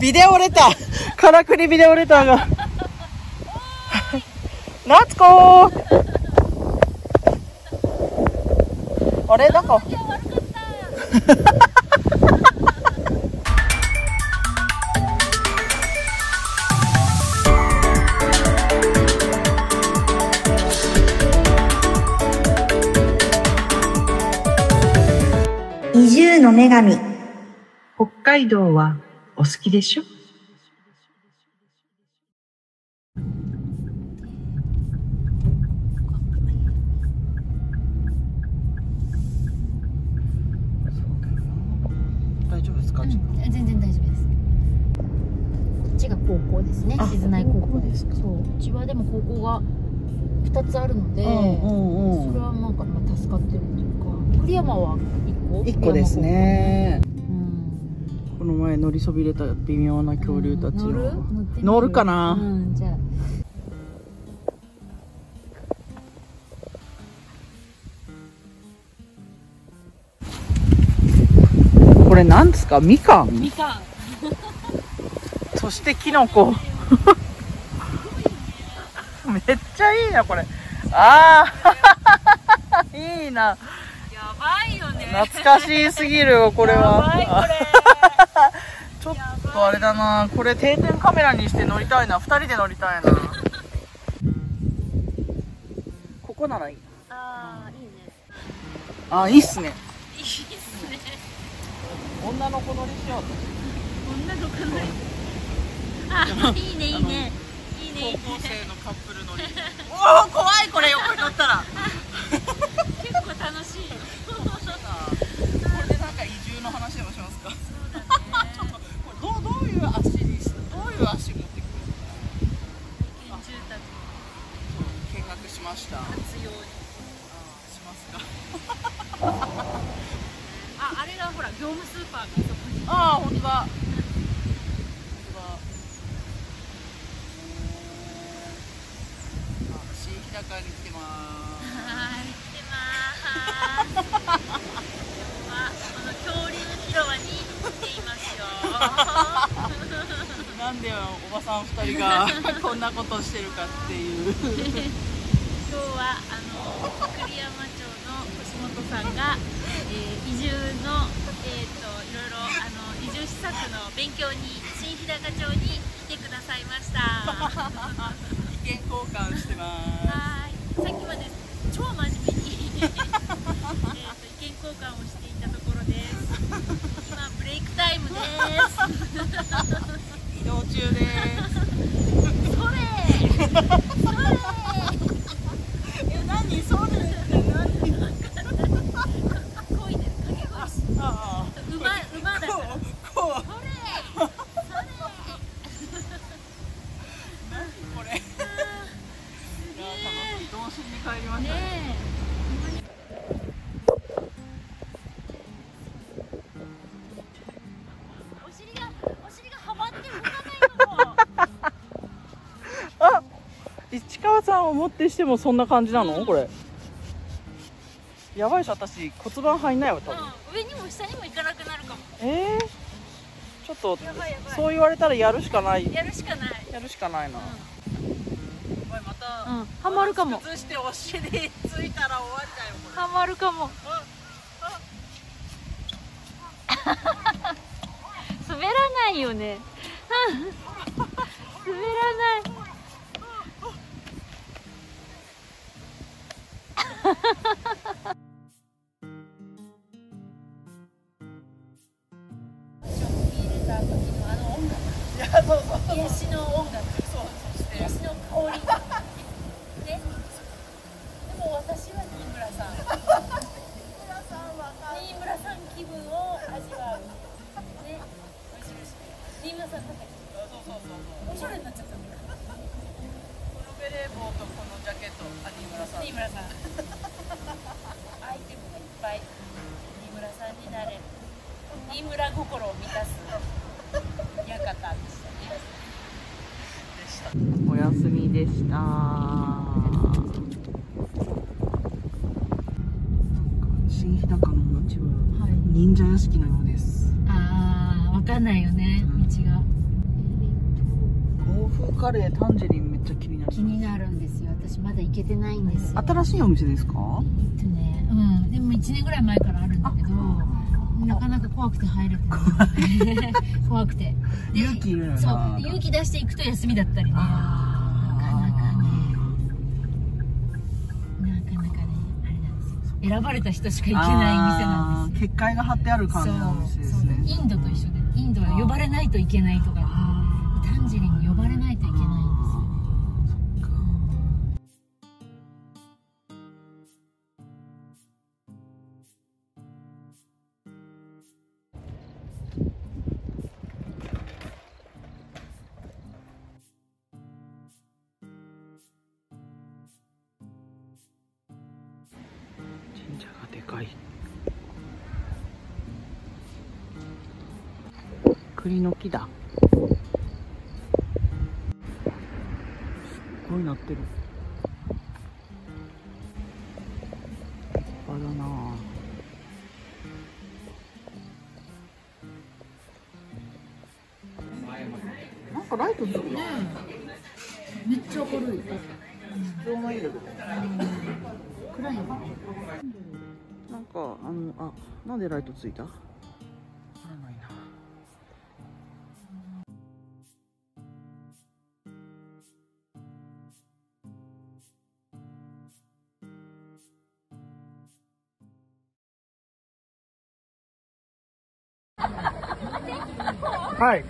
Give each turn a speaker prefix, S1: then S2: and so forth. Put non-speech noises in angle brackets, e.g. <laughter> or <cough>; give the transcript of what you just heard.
S1: ビデオレターからくりビデオレターが <laughs> 夏子あれなんか
S2: 移住の女神。
S3: 北海道はお好きでしょ
S1: 大丈夫ですか、ちょっと
S4: うん全然大丈夫ですこっちが高校ですね
S1: あ
S4: 静内高
S1: 高校
S4: 校
S1: ですか
S4: そううちはでも高校が2つあるので、
S1: うん
S4: それはなんかまあ助かってるというか栗山は1個
S1: 一個ですね
S4: 栗山高
S1: この前乗りそびれた微妙な
S4: 校うん
S1: 恐竜たちの、
S4: 乗る乗ってみ
S1: 乗るかな
S4: うんじゃあ
S1: これなんですかみかん
S4: みかん
S1: <laughs> そしてキノコ <laughs> めっちゃいいなこれああ <laughs> いいな
S4: やばいよね
S1: 懐かしすぎるよこれは <laughs> ちょっとあれだなこれ定点カメラにして乗りたいな2人で乗りたいなここならいい
S4: あーいいね
S1: あいいっすね
S4: いいですね
S1: 女の子乗りしようと
S4: 女の子のあいいねいいねいいねいいね
S1: 高校生のカップル乗りおお怖いこれ横に乗ったら
S4: 結構楽しいよ
S1: これでなんか移住の話でもしますか。ちょっとこれどうどういう足にしどういう足持ってくるんですか。
S4: 住宅
S1: 見学しました。あー
S4: 活用に
S1: しますか。
S4: ああれがほら業務スーパーがそこ
S1: <laughs>
S4: に
S1: ああ本当だ。本当だ。あ新日高に来てます。
S4: はい行ってまーす今この恐竜広場に行っていますよ
S1: なんでおばさん二人 <laughs> がこんなことしてるかっていう。
S4: 今日はあの栗山町の星本さんが、えー移住のえっ、といろいろあの移住施策の勉強に新日高町に来てくださいました。は
S1: 意見交換してま
S4: ーい。さっきまで超真面目に <laughs> えっと意見交換をしていたところです。今ブレイクタイム <laughs> です。
S1: す。移動中です。
S4: それ。
S1: え何それって何。
S4: 恋です。掛け声し。
S1: ああ
S4: 馬馬だから。
S1: こう。
S4: それ。それ。
S1: 何これ。
S4: ねえ、
S1: 童心に帰りましたね。
S4: お尻がお尻がはまって動かないの。
S1: あ、市川さんをもってしてもそんな感じなの？これ。やばいし、私骨盤入んないわ多分。
S4: うん、上にも下にも行かなくなるかも。
S1: えー、ちょっと
S4: やばいやばい
S1: そう言われたらやるしかない。
S4: やるしかない。
S1: やるしかないな。おいま
S4: う
S1: た。
S4: ん、はまるかも。
S1: 靴してお尻ついたら終わりだよこ
S4: はまるかも。 <laughs> 滑らないよね。 <laughs> 滑らない。
S1: れ。いやそうそう。
S4: 癒しの音楽
S1: そうそして
S4: 癒しの香りねでも私は新村さん新村さん気分を味わうね無印新村さんなんか
S1: そうそうそうそう。
S4: おしゃれになっちゃったね
S1: このベレー帽とこのジャケット、あ新村さん。
S4: 新村さんアイテムがいっぱい新村さんになれる新村心を満たす館でしたね
S1: お休みでした。新日高の町は
S4: はい
S1: 忍者屋敷のようです。
S4: あーわかんないよね
S1: うん
S4: 道が
S1: 欧風カレータンジェリンめっちゃ気になる
S4: 気になるんですよ私まだ行けてないんですよ
S1: 新しいお店ですか
S4: えっとねうんでも1年ぐらい前からあるんだけどなかなか怖くて入れてない <laughs> 怖くてで
S1: 勇気いるよな
S4: そうで勇気出して行くと休みだったりねなかなかねなかなかねあれなんですよ選ばれた人しか行けない店なんですよ
S1: す結界が張ってある感じのお店ですね
S4: そうそうインドと一緒でインドは呼ばれないといけないとか
S1: あ
S4: タンジェリンに呼ばれないといけないんですよ
S1: ーそっか神社がでかい栗の木だすごいなってる立派だなあなんかライトつくね
S4: めっちゃ明るい
S1: ちょうどいいよ
S4: 暗いよ
S1: なんかあのあなんでライトついた？わからないな。はい。